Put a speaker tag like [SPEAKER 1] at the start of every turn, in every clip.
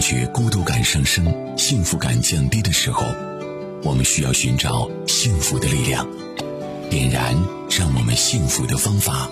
[SPEAKER 1] 觉孤独感上升、幸福感降低的时候，我们需要寻找幸福的力量，点燃让我们幸福的方法。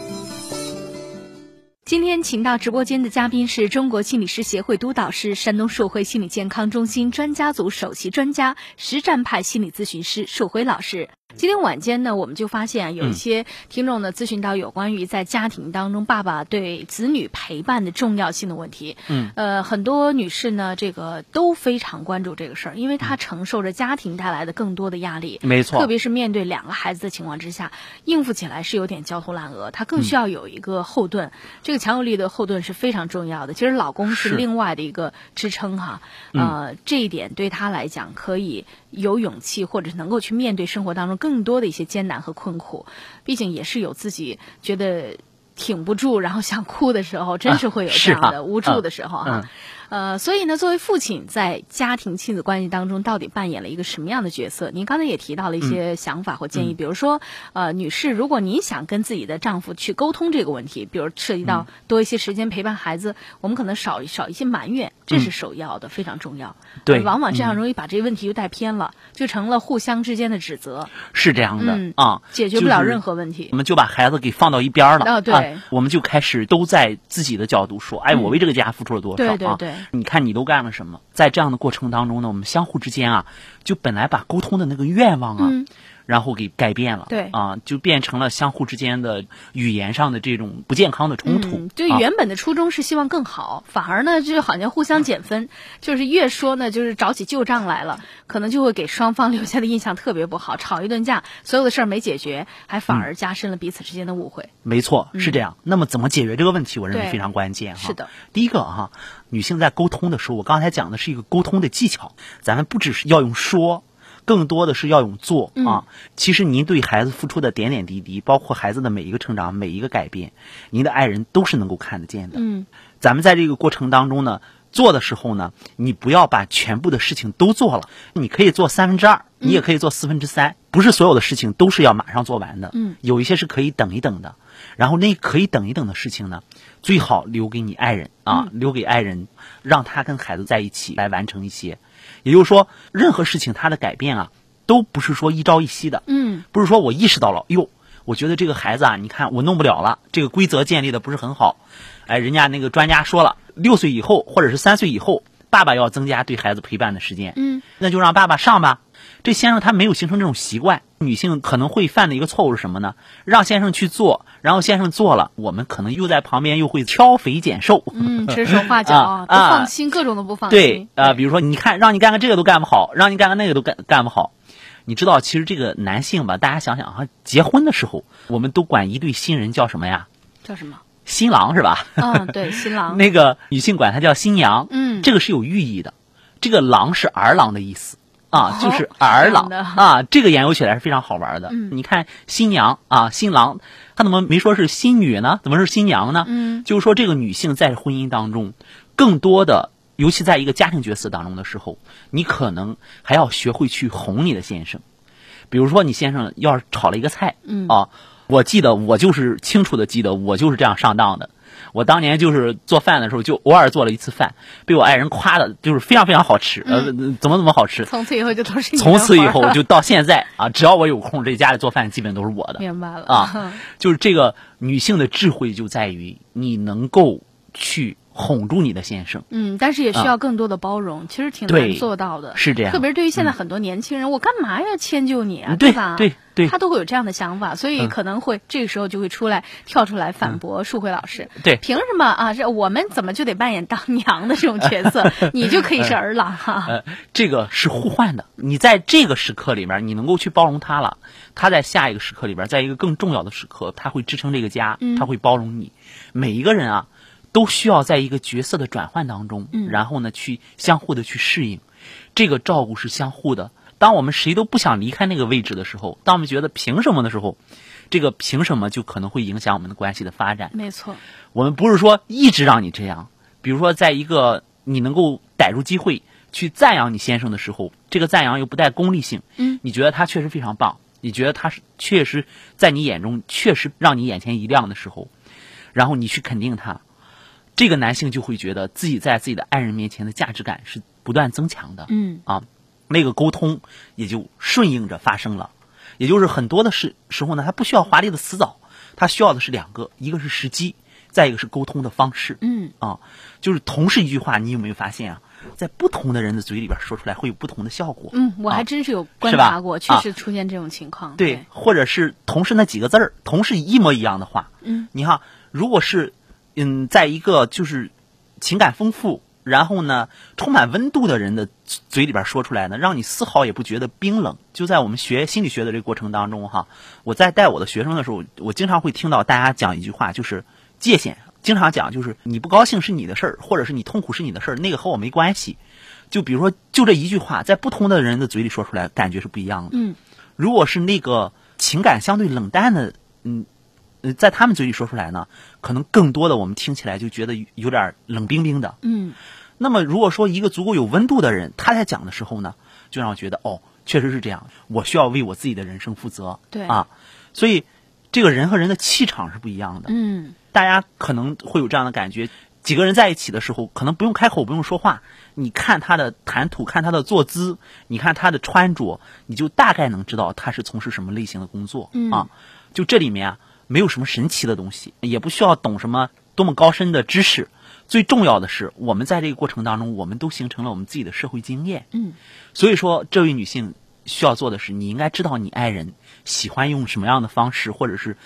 [SPEAKER 2] 今天请到直播间的嘉宾是中国心理师协会督导师、山东硕辉心理健康中心专家组首席专家、实战派心理咨询师硕辉老师。今天晚间呢，我们就发现啊有一些听众呢咨询到有关于在家庭当中爸爸对子女陪伴的重要性的问题。
[SPEAKER 3] 嗯，
[SPEAKER 2] 呃，很多女士呢，这个都非常关注这个事儿，因为她承受着家庭带来的更多的压力。
[SPEAKER 3] 没错
[SPEAKER 2] 特别是面对两个孩子的情况之下，应付起来是有点焦头烂额，她更需要有一个后盾。这个强有力的后盾是非常重要的。其实老公是
[SPEAKER 3] 是嗯
[SPEAKER 2] 另外的一个支撑哈，呃，这一点对她来讲可以有勇气，或者是能够去面对生活当中更多的一些艰难和困苦。毕竟也是有自己觉得挺不住，然后想哭的时候，真是会有这样
[SPEAKER 3] 是
[SPEAKER 2] 的
[SPEAKER 3] 啊
[SPEAKER 2] 无助的时候哈、
[SPEAKER 3] 嗯
[SPEAKER 2] 呃，所以呢，作为父亲在家庭亲子关系当中，到底扮演了一个什么样的角色？您刚才也提到了一些想法或建议，比如说，呃，女士，如果您想跟自己的丈夫去沟通这个问题，比如涉及到多一些时间陪伴孩子，我们可能少少一些埋怨，这是首要的，非常重要。
[SPEAKER 3] 对嗯
[SPEAKER 2] 呃往往这样容易把这个问题又带偏了，就成了互相之间的指责，
[SPEAKER 3] 是这样的
[SPEAKER 2] 嗯
[SPEAKER 3] 啊，
[SPEAKER 2] 解决不了任
[SPEAKER 3] 何。
[SPEAKER 2] 何问题
[SPEAKER 3] 我。们就把孩子给放到一边儿了
[SPEAKER 2] 啊对
[SPEAKER 3] 啊，我们就开始都在自己的角度说，哎，
[SPEAKER 2] 嗯
[SPEAKER 3] 我为这个家付出了多少
[SPEAKER 2] 对对
[SPEAKER 3] 啊？
[SPEAKER 2] 对
[SPEAKER 3] 你看你都干了什么？在这样的过程当中呢，我们相互之间啊，就本来把沟通的那个愿望啊，
[SPEAKER 2] 嗯
[SPEAKER 3] 然后给改变了，
[SPEAKER 2] 对
[SPEAKER 3] 啊，就变成了相互之间的语言上的这种不健康的冲突。
[SPEAKER 2] 嗯，就
[SPEAKER 3] 啊
[SPEAKER 2] 原本的初衷是希望更好，反而呢，就好像互相减分，就是越说呢，就是找起旧账来了，可能就会给双方 留下的印象特别不好，吵一顿架，所有的事儿没解决，还
[SPEAKER 3] 嗯
[SPEAKER 2] 反而加深了彼此之间的误会。
[SPEAKER 3] 没错，是
[SPEAKER 2] 嗯
[SPEAKER 3] 这样。那么怎么解决这个问题，我认为
[SPEAKER 2] 对
[SPEAKER 3] 非常关键哈。
[SPEAKER 2] 是的，
[SPEAKER 3] 第一个哈，女性在沟通的时候，我刚才讲的是一个沟通的技巧，咱们不只是要用说。更多的是要用做
[SPEAKER 2] 嗯
[SPEAKER 3] 啊！其实您对孩子付出的点点滴滴，包括孩子的每一个成长、每一个改变，您的爱人都是能够看得见的。
[SPEAKER 2] 嗯，
[SPEAKER 3] 咱们在这个过程当中呢，做的时候呢，你不要把全部的事情都做了，你可以做三分之二，你也可以做四分之三，不是所有的事情都是要马上做完的，
[SPEAKER 2] 嗯，
[SPEAKER 3] 有一些是可以等一等的，然后那可以等一等的事情呢，最好留给你爱人啊，留给爱人，让他跟孩子在一起来完成一些，也就是说，任何事情它的改变啊，都不是说一朝一夕的，
[SPEAKER 2] 嗯，
[SPEAKER 3] 不是说我意识到了，哟，我觉得这个孩子啊，你看我弄不了了，这个规则建立的不是很好，哎，人家那个专家说了，六岁以后或者是三岁以后，爸爸要增加对孩子陪伴的时间，
[SPEAKER 2] 嗯，
[SPEAKER 3] 那就让爸爸上吧。这先生他没有形成这种习惯，女性可能会犯的一个错误是什么呢？让先生去做，然后先生做了，我们可能又在旁边又会挑肥拣瘦，
[SPEAKER 2] 嗯，指手画脚，
[SPEAKER 3] 啊
[SPEAKER 2] 不
[SPEAKER 3] 啊
[SPEAKER 2] 放心，各种的不放
[SPEAKER 3] 对
[SPEAKER 2] 心。嗯
[SPEAKER 3] 啊、比如说你看，让你干个这个都干不好，让你干个那个都干干不好。你知道，其实这个男性吧，大家想想啊，结婚的时候，我们都管一对新人叫什么呀？
[SPEAKER 2] 叫什么？
[SPEAKER 3] 新郎是吧？
[SPEAKER 2] 嗯，对，新郎。
[SPEAKER 3] 那个女性管他叫新娘，
[SPEAKER 2] 嗯
[SPEAKER 3] 这个是有寓意的。这个郎是儿郎的意思
[SPEAKER 2] 哦
[SPEAKER 3] 啊，就是儿郎、
[SPEAKER 2] 这样的
[SPEAKER 3] 啊，这个研究起来是非常好玩的。
[SPEAKER 2] 嗯
[SPEAKER 3] 你看新娘啊，新郎，他怎么没说是新女呢？怎么是新娘呢？
[SPEAKER 2] 嗯
[SPEAKER 3] 就是说这个女性在婚姻当中，更多的，尤其在一个家庭角色当中的时候，你可能还要学会去哄你的先生。比如说，你先生要是炒了一个菜，
[SPEAKER 2] 嗯
[SPEAKER 3] 啊，我记得我就是清楚的记得，我就是这样上当的。我当年就是做饭的时候，就偶尔做了一次饭，被我爱人夸的，就是非常非常好吃，呃，
[SPEAKER 2] 嗯
[SPEAKER 3] 怎么怎么好吃。
[SPEAKER 2] 从此以后就都是你的
[SPEAKER 3] 从此以后
[SPEAKER 2] 活儿
[SPEAKER 3] 就到现在啊，只要我有空，这家里做饭基本都是我的。
[SPEAKER 2] 明白了
[SPEAKER 3] 啊，就是这个女性的智慧就在于你能够去哄住你的先生，
[SPEAKER 2] 嗯，但是也需
[SPEAKER 3] 啊
[SPEAKER 2] 要更多的包容，其实挺难
[SPEAKER 3] 对
[SPEAKER 2] 做到的。
[SPEAKER 3] 是这样。
[SPEAKER 2] 特别是对于现在很多年轻人，我干嘛要迁就你啊？
[SPEAKER 3] 嗯对
[SPEAKER 2] 吧？
[SPEAKER 3] 对对
[SPEAKER 2] 他都会有这样的想法，所以
[SPEAKER 3] 嗯
[SPEAKER 2] 可能会、这个时候就会出来跳出来反驳树辉老师。
[SPEAKER 3] 对
[SPEAKER 2] 凭什么啊？这我们怎么就得扮演当娘的这种角 色？你就可以是儿郎啊哈、
[SPEAKER 3] 呃，这个是互换的。你在这个时刻里面，你能够去包容他了，他在下一个时刻里边，在一个更重要的时刻，他会支撑这个家，
[SPEAKER 2] 嗯
[SPEAKER 3] 他会包容你。每一个人啊，都需要在一个角色的转换当中，
[SPEAKER 2] 嗯
[SPEAKER 3] 然后呢，去相互的去适应。这个照顾是相互的。当我们谁都不想离开那个位置的时候，当我们觉得凭什么的时候，这个凭什么就可能会影响我们的关系的发展。
[SPEAKER 2] 没错，
[SPEAKER 3] 我们不是说一直让你这样，比如说在一个你能够逮住机会去赞扬你先生的时候，这个赞扬又不带功利性，
[SPEAKER 2] 嗯，
[SPEAKER 3] 你觉得他确实非常棒，你觉得他是确实在你眼中确实让你眼前一亮的时候，然后你去肯定他，这个男性就会觉得自己在自己的爱人面前的价值感是不断增强的，
[SPEAKER 2] 嗯
[SPEAKER 3] 啊，那个沟通也就顺应着发生了。也就是很多的时时候呢，他不需要华丽的辞藻，他需要的是两个，一个是时机，再一个是沟通的方式。
[SPEAKER 2] 嗯
[SPEAKER 3] 啊，就是同是一句话，你有没有发现啊，在不同的人的嘴里边说出来会有不同的效果？
[SPEAKER 2] 嗯，我还
[SPEAKER 3] 啊
[SPEAKER 2] 真是有观
[SPEAKER 3] 是吧
[SPEAKER 2] 察过，确
[SPEAKER 3] 啊
[SPEAKER 2] 实出现这种情况。
[SPEAKER 3] 对，，或者是同是那几个字儿，同是一模一样的话。
[SPEAKER 2] 嗯，
[SPEAKER 3] 你看，如果是嗯，在一个就是情感丰富，然后呢充满温度的人的嘴嘴里边说出来呢，让你丝毫也不觉得冰冷。就在我们学心理学的这个过程当中哈，我在带我的学生的时候，我经常会听到大家讲一句话，就是界限。经常讲就是你不高兴是你的事儿，或者是你痛苦是你的事儿，那个和我没关系。就比如说，就这一句话，在不同的人的嘴里说出来，感觉是不一样的。
[SPEAKER 2] 嗯，
[SPEAKER 3] 如果是那个情感相对冷淡的，嗯，呃在他们嘴里说出来呢，可能更多的我们听起来就觉得有有点冷冰冰的。
[SPEAKER 2] 嗯
[SPEAKER 3] 那么如果说一个足够有温度的人，他在讲的时候呢，就让我觉得哦，确实是这样，我需要为我自己的人生负责。
[SPEAKER 2] 对
[SPEAKER 3] 啊，所以这个人和人的气场是不一样的。
[SPEAKER 2] 嗯
[SPEAKER 3] 大家可能会有这样的感觉。几个人在一起的时候，可能不用开口，不用说话，你看他的谈吐，看他的坐姿，你看他的穿着，你就大概能知道他是从事什么类型的工作、
[SPEAKER 2] 嗯
[SPEAKER 3] 啊。就这里面啊，没有什么神奇的东西，也不需要懂什么多么高深的知识。最重要的是，我们在这个过程当中，我们都形成了我们自己的社会经验。
[SPEAKER 2] 嗯，
[SPEAKER 3] 所以说，这位女性需要做的是，你应该知道你爱人喜欢用什么样的方式，或者是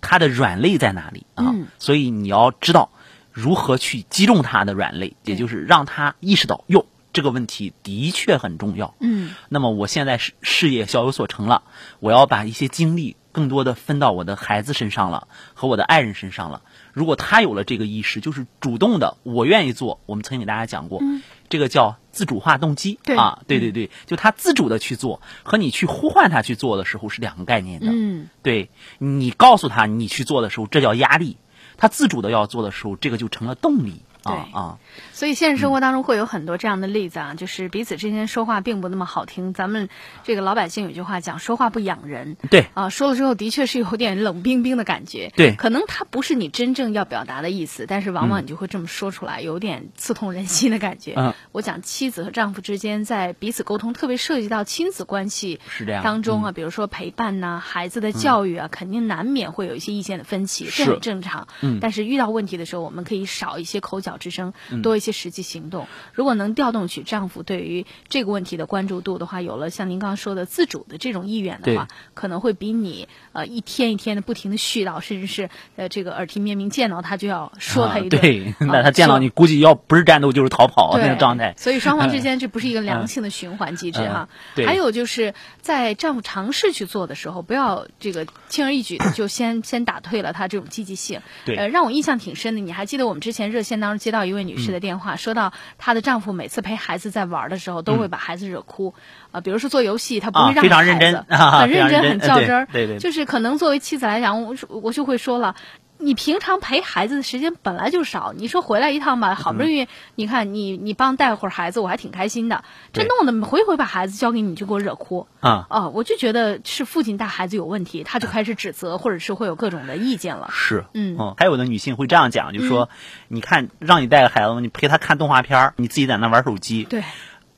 [SPEAKER 3] 他的软肋在哪里啊。
[SPEAKER 2] 嗯
[SPEAKER 3] 所以你要知道如何去击中他的软肋，也就是让他意识到，哟，这个问题的确很重要。
[SPEAKER 2] 嗯
[SPEAKER 3] 那么我现在事事业小有所成了，我要把一些精力更多的分到我的孩子身上了，和我的爱人身上了。如果他有了这个意识，就是主动的，我愿意做。我们曾经给大家讲过，这个叫自主化动机
[SPEAKER 2] 嗯对嗯
[SPEAKER 3] 啊，对对对，就他自主的去做，和你去呼唤他去做的时候是两个概念的。
[SPEAKER 2] 嗯
[SPEAKER 3] 对你告诉他你去做的时候，这叫压力；他自主的要做的时候，这个就成了动力啊
[SPEAKER 2] 对
[SPEAKER 3] 啊，
[SPEAKER 2] 所以现实生活当中会有很多这样的例子啊，就是彼此之间说话并不那么好听。咱们这个老百姓有句话讲，说话不养人。
[SPEAKER 3] 对。
[SPEAKER 2] 啊，说了之后的确是有点冷冰冰的感觉。
[SPEAKER 3] 对
[SPEAKER 2] 可能它不是你真正要表达的意思，但是往往你就会这么说出来，有点刺痛人心的感觉。
[SPEAKER 3] 嗯
[SPEAKER 2] 我讲妻子和丈夫之间在彼此沟通，特别涉及到亲子关系
[SPEAKER 3] 是这样嗯
[SPEAKER 2] 当中啊，比如说陪伴呐、孩子的教育啊，肯定难免会有一些意见的分歧，这
[SPEAKER 3] 是
[SPEAKER 2] 很正常。嗯，但是遇到问题的时候，我们可以少一些口角之争，
[SPEAKER 3] 嗯
[SPEAKER 2] 多一些实际行动。如果能调动起丈夫对于这个问题的关注度的话，有了像您刚刚说的自主的这种意愿的
[SPEAKER 3] 对
[SPEAKER 2] 话，可能会比你呃一天一天的不停的絮叨，甚至是呃这个耳提面命见到他就要说他一顿，
[SPEAKER 3] 啊、对， 那
[SPEAKER 2] 啊
[SPEAKER 3] 他见到
[SPEAKER 2] 说
[SPEAKER 3] 你，估计要不是战斗就是逃跑啊那
[SPEAKER 2] 对
[SPEAKER 3] 个状态。
[SPEAKER 2] 所以双方之间这不是一个良性的循环机制
[SPEAKER 3] 嗯
[SPEAKER 2] 哈。
[SPEAKER 3] 对
[SPEAKER 2] 还有就是在丈夫尝试去做的时候，不要这个轻而易举的就先 先打退了他这种积极性。
[SPEAKER 3] 对
[SPEAKER 2] 呃，让我印象挺深的。你还记得我们之前热线当中接到一位女
[SPEAKER 3] 嗯
[SPEAKER 2] 士的电话，说到她的丈夫每次陪孩子在玩的时候，都
[SPEAKER 3] 嗯
[SPEAKER 2] 会把孩子惹哭。啊，比如说做游戏，他不会
[SPEAKER 3] 啊
[SPEAKER 2] 让
[SPEAKER 3] 非常
[SPEAKER 2] 孩
[SPEAKER 3] 认
[SPEAKER 2] 子
[SPEAKER 3] 真啊
[SPEAKER 2] 很
[SPEAKER 3] 非
[SPEAKER 2] 认
[SPEAKER 3] 常
[SPEAKER 2] 真，
[SPEAKER 3] 认
[SPEAKER 2] 很
[SPEAKER 3] 真
[SPEAKER 2] 较
[SPEAKER 3] 对
[SPEAKER 2] 真儿。
[SPEAKER 3] 对对
[SPEAKER 2] 就是可能作为妻子来讲，我我就会说了。你平常陪孩子的时间本来就少，你说回来一趟吧，好不容易，你看你你帮带会儿孩子，我还挺开心的。这
[SPEAKER 3] 对
[SPEAKER 2] 弄得回回把孩子交给你就给我惹哭，
[SPEAKER 3] 啊、
[SPEAKER 2] 哦，我就觉得是父亲带孩子有问题，他就开始指责，或者是会有各种的意见了。
[SPEAKER 3] 是，哦
[SPEAKER 2] 嗯
[SPEAKER 3] 还有的女性会这样讲，就说，你看，让你带个孩子，你陪他看动画片儿，你自己在那玩手机。
[SPEAKER 2] 对，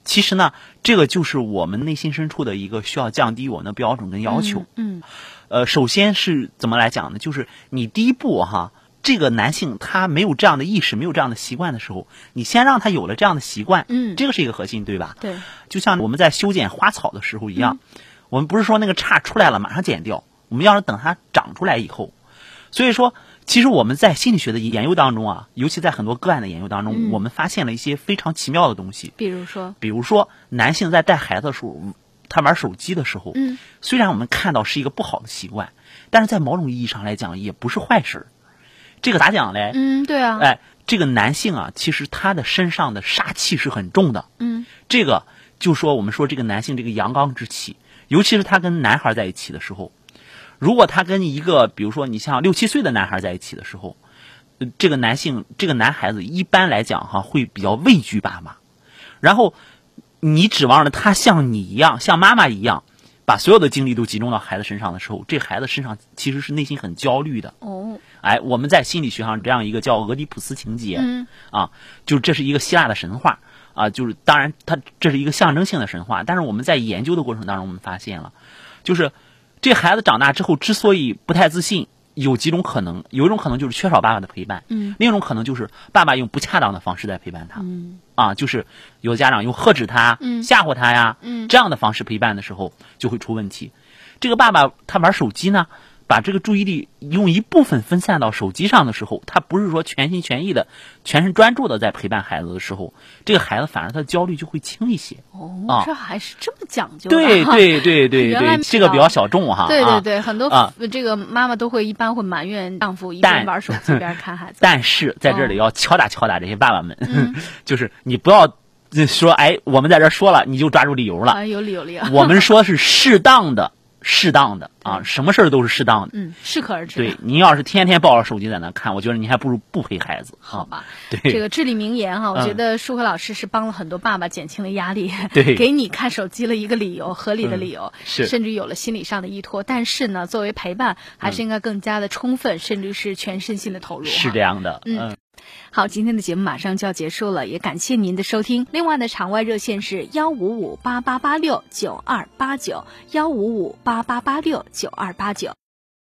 [SPEAKER 3] 其实呢，这个就是我们内心深处的一个需要降低我们的标准跟要求。
[SPEAKER 2] 嗯
[SPEAKER 3] 呃，首先是怎么来讲呢？就是你第一步哈，这个男性他没有这样的意识，没有这样的习惯的时候，你先让他有了这样的习惯，
[SPEAKER 2] 嗯
[SPEAKER 3] 这个是一个核心，对吧？
[SPEAKER 2] 对，
[SPEAKER 3] 就像我们在修剪花草的时候一样，我们不是说那个杈出来了马上剪掉，我们要是等它长出来以后，所以说，其实我们在心理学的研究当中啊，尤其在很多个案的研究当中，
[SPEAKER 2] 嗯
[SPEAKER 3] 我们发现了一些非常奇妙的东西。
[SPEAKER 2] 比如说，
[SPEAKER 3] 比如说男性在带孩子的时候，他玩手机的时候，
[SPEAKER 2] 嗯，
[SPEAKER 3] 虽然我们看到是一个不好的习惯，但是在某种意义上来讲，也不是坏事儿。这个咋讲嘞？
[SPEAKER 2] 嗯，对啊，
[SPEAKER 3] 哎，这个男性啊，其实他的身上的杀气是很重的。
[SPEAKER 2] 嗯，
[SPEAKER 3] 这个就说我们说这个男性这个阳刚之气，尤其是他跟男孩在一起的时候，如果他跟一个比如说你像六七岁的男孩在一起的时候，呃这个男性这个男孩子一般来讲哈、会比较畏惧爸妈，然后你指望着他像你一样，像妈妈一样，把所有的精力都集中到孩子身上的时候，这孩子身上其实是内心很焦虑的。
[SPEAKER 2] 哦，
[SPEAKER 3] 哎，我们在心理学上这样一个叫俄狄浦斯情节，
[SPEAKER 2] 嗯
[SPEAKER 3] 啊，就是这是一个希腊的神话啊，就是当然它这是一个象征性的神话，但是我们在研究的过程当中，我们发现了，就是这孩子长大之后之所以不太自信，有几种可能，有一种可能就是缺少爸爸的陪伴，
[SPEAKER 2] 嗯，
[SPEAKER 3] 另一种可能就是爸爸用不恰当的方式在陪伴他，
[SPEAKER 2] 嗯，
[SPEAKER 3] 啊，就是有家长用呵斥他、
[SPEAKER 2] 嗯
[SPEAKER 3] 吓唬他呀，
[SPEAKER 2] 嗯
[SPEAKER 3] 这样的方式陪伴的时候就会出问题。这个爸爸他玩手机呢，把这个注意力用一部分分散到手机上的时候，他不是说全心全意的、全神专注的在陪伴孩子的时候，这个孩子反而他的焦虑就会轻一些。
[SPEAKER 2] 哦
[SPEAKER 3] 啊，
[SPEAKER 2] 这还是这么讲究的
[SPEAKER 3] 对
[SPEAKER 2] 哈。
[SPEAKER 3] 对对对
[SPEAKER 2] 原来
[SPEAKER 3] 对，
[SPEAKER 2] 没
[SPEAKER 3] 这个比
[SPEAKER 2] 想
[SPEAKER 3] 较小众哈。
[SPEAKER 2] 对对
[SPEAKER 3] 啊
[SPEAKER 2] 对，很多
[SPEAKER 3] 啊
[SPEAKER 2] 这个妈妈都会一般会埋怨丈夫一边
[SPEAKER 3] 但
[SPEAKER 2] 玩手 机一边看孩子。
[SPEAKER 3] 但是在
[SPEAKER 2] 嗯
[SPEAKER 3] 这里要敲打敲打这些爸爸们， 就是你不要呃说哎，我们在这儿说了，你就抓住理由了。
[SPEAKER 2] 啊，有理有理啊。
[SPEAKER 3] 我们说是适当的，适当的啊，什么事儿都是适当的。
[SPEAKER 2] 嗯，适可而止。
[SPEAKER 3] 对，您要是天天抱着手机在那看，我觉得你还不如不陪孩子。
[SPEAKER 2] 好
[SPEAKER 3] 啊，
[SPEAKER 2] 吧，
[SPEAKER 3] 对
[SPEAKER 2] 这个至理名言哈、我觉
[SPEAKER 3] 嗯
[SPEAKER 2] 得舒辉老师是帮了很多爸爸减轻了压力，
[SPEAKER 3] 对 嗯
[SPEAKER 2] 给你看手机了一个理由，合理的理由，
[SPEAKER 3] 是
[SPEAKER 2] 甚至有了心理上的依托。但是呢，作为陪伴，还是应该更加的充分，甚至是全身心的投入。
[SPEAKER 3] 嗯是这。样的。
[SPEAKER 2] 嗯
[SPEAKER 3] 嗯，
[SPEAKER 2] 好，今天的节目马上就要结束了，也感谢您的收听。另外呢，场外热线是幺五五八八八六九二八九，幺五五八八八六九二八九。